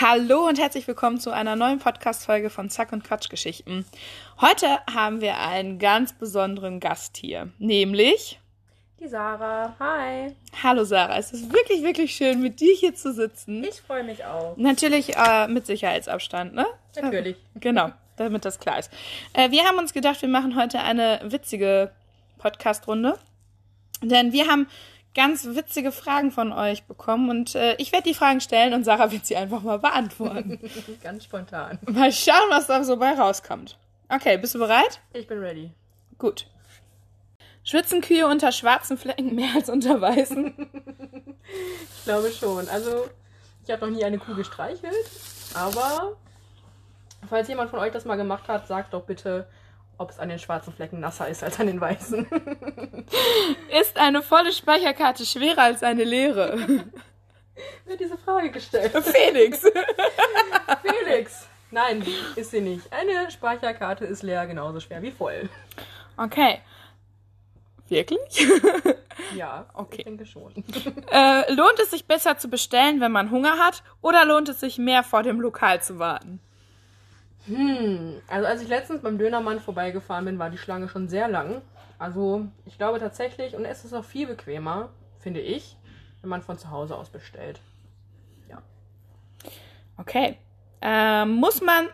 Hallo und herzlich willkommen zu einer neuen Podcast-Folge von Zack und Quatschgeschichten. Heute haben wir einen ganz besonderen Gast hier, nämlich Die Sarah, hi. Hallo Sarah. Es ist wirklich, wirklich schön, mit dir hier zu sitzen. Ich freue mich auch. Natürlich äh, mit Sicherheitsabstand, ne? Natürlich. Genau, damit das klar ist. Äh, wir haben uns gedacht, wir machen heute eine witzige Podcast-Runde. Denn wir haben ganz witzige Fragen von euch bekommen und äh, ich werde die Fragen stellen und Sarah wird sie einfach mal beantworten. Ganz spontan. mal schauen, was da so bei rauskommt. Okay, bist du bereit? Ich bin ready. Gut. Schwitzen Kühe unter schwarzen Flecken mehr als unter weißen? Ich glaube schon. Also, ich habe noch nie eine Kuh gestreichelt, aber falls jemand von euch das mal gemacht hat, sagt doch bitte, ob es an den schwarzen Flecken nasser ist als an den weißen. Ist eine volle Speicherkarte schwerer als eine leere? Wer hat diese Frage gestellt? Felix. Felix! Nein, ist sie nicht. Eine Speicherkarte ist leer genauso schwer wie voll. Okay. Wirklich? Ja, Okay. ich denke schon. Äh, lohnt es sich besser zu bestellen, wenn man Hunger hat, oder lohnt es sich mehr vor dem Lokal zu warten? Hm, also als ich letztens beim Dönermann vorbeigefahren bin, war die Schlange schon sehr lang. Also ich glaube tatsächlich, und es ist auch viel bequemer, finde ich, wenn man von zu Hause aus bestellt. Okay. Ähm, muss man.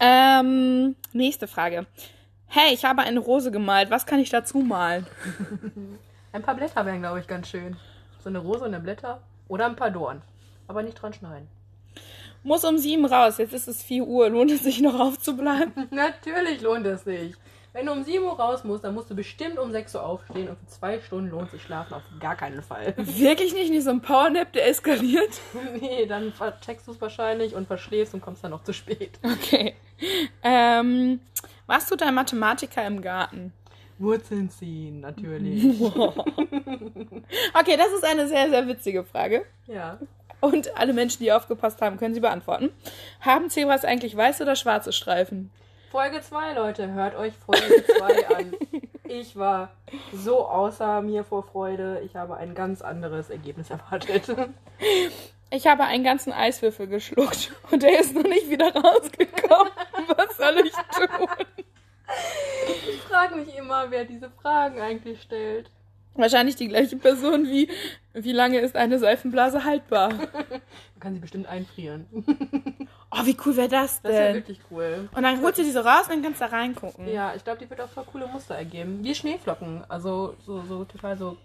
Ähm, nächste Frage. Hey, ich habe eine Rose gemalt. Was kann ich dazu malen? Ein paar Blätter wären, glaube ich, ganz schön. So eine Rose und eine Blätter oder ein paar Dorn. Aber nicht dran schneiden. Muss um sieben raus. Jetzt ist es 4 Uhr. Lohnt es sich noch aufzubleiben? Natürlich lohnt es sich. Wenn du um 7 Uhr raus musst, dann musst du bestimmt um 6 Uhr aufstehen und für zwei Stunden lohnt sich schlafen auf gar keinen Fall. Wirklich nicht? Nicht so ein Powernap, der eskaliert? nee, dann vercheckst du es wahrscheinlich und verschläfst und kommst dann noch zu spät. Okay. Ähm, was tut ein Mathematiker im Garten? Wurzeln ziehen, natürlich. Okay, das ist eine sehr, sehr witzige Frage. ja. Und alle Menschen, die aufgepasst haben, können sie beantworten. Haben Zebras eigentlich weiße oder schwarze Streifen? Folge 2, Leute, hört euch Folge 2 an. Ich war so außer mir vor Freude. Ich habe ein ganz anderes Ergebnis erwartet. Ich habe einen ganzen Eiswürfel geschluckt und der ist noch nicht wieder rausgekommen. Was soll ich tun? Ich frage mich immer, wer diese Fragen eigentlich stellt. Wahrscheinlich die gleiche Person wie, wie lange ist eine Seifenblase haltbar? Man kann sie bestimmt einfrieren. Oh, wie cool wäre das Das wäre denn? wirklich cool. Und dann holst du diese raus und dann kannst du da reingucken. Ja, ich glaube, die wird auch voll coole Muster ergeben. Wie Schneeflocken. Also so, so total so.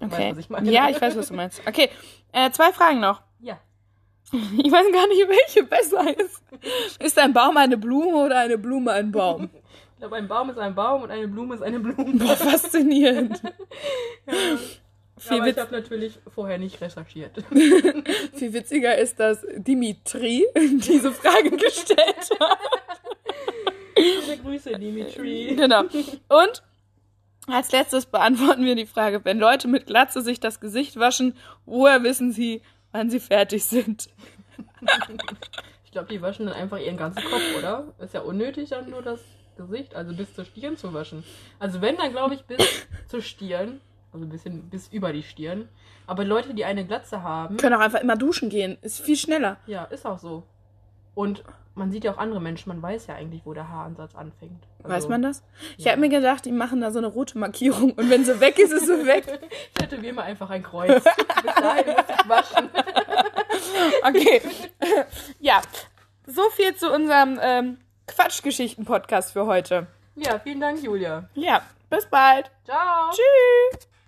Du Okay. weißt, was ich meine. Ja, ich weiß, was du meinst. Okay, äh, zwei Fragen noch. Ja. Ich weiß gar nicht, welche besser ist. Ist ein Baum eine Blume oder eine Blume ein Baum? Ich glaube, ein Baum ist ein Baum und eine Blume ist eine Blume. Boah, faszinierend. viel, Aber ich witz habe natürlich vorher nicht recherchiert. viel witziger ist, dass Dimitri diese Frage gestellt hat. Viele Grüße, Dimitri. Genau. Und als letztes beantworten wir die Frage, wenn Leute mit Glatze sich das Gesicht waschen, woher wissen sie, wann sie fertig sind? Ich glaube, die waschen dann einfach ihren ganzen Kopf, oder? Ist ja unnötig, dann nur das Gesicht, also bis zur Stirn zu waschen. Also wenn, dann glaube ich bis zur Stirn, also ein bisschen bis über die Stirn. Aber Leute, die eine Glatze haben, Können auch einfach immer duschen gehen. Ist viel schneller. ja, ist auch so. Und man sieht ja auch andere Menschen, man weiß ja eigentlich, wo der Haaransatz anfängt. Also, Weiß man das? Ich Ja. habe mir gedacht, die machen da so eine rote Markierung und wenn sie weg ist, ist sie weg. Ich hätte wie immer einfach ein Kreuz. bis dahin muss ich waschen. Okay. ja, so viel zu unserem ähm, Quatschgeschichten-Podcast für heute. Ja, vielen Dank, Julia. Ja, bis bald. Ciao. Tschüss.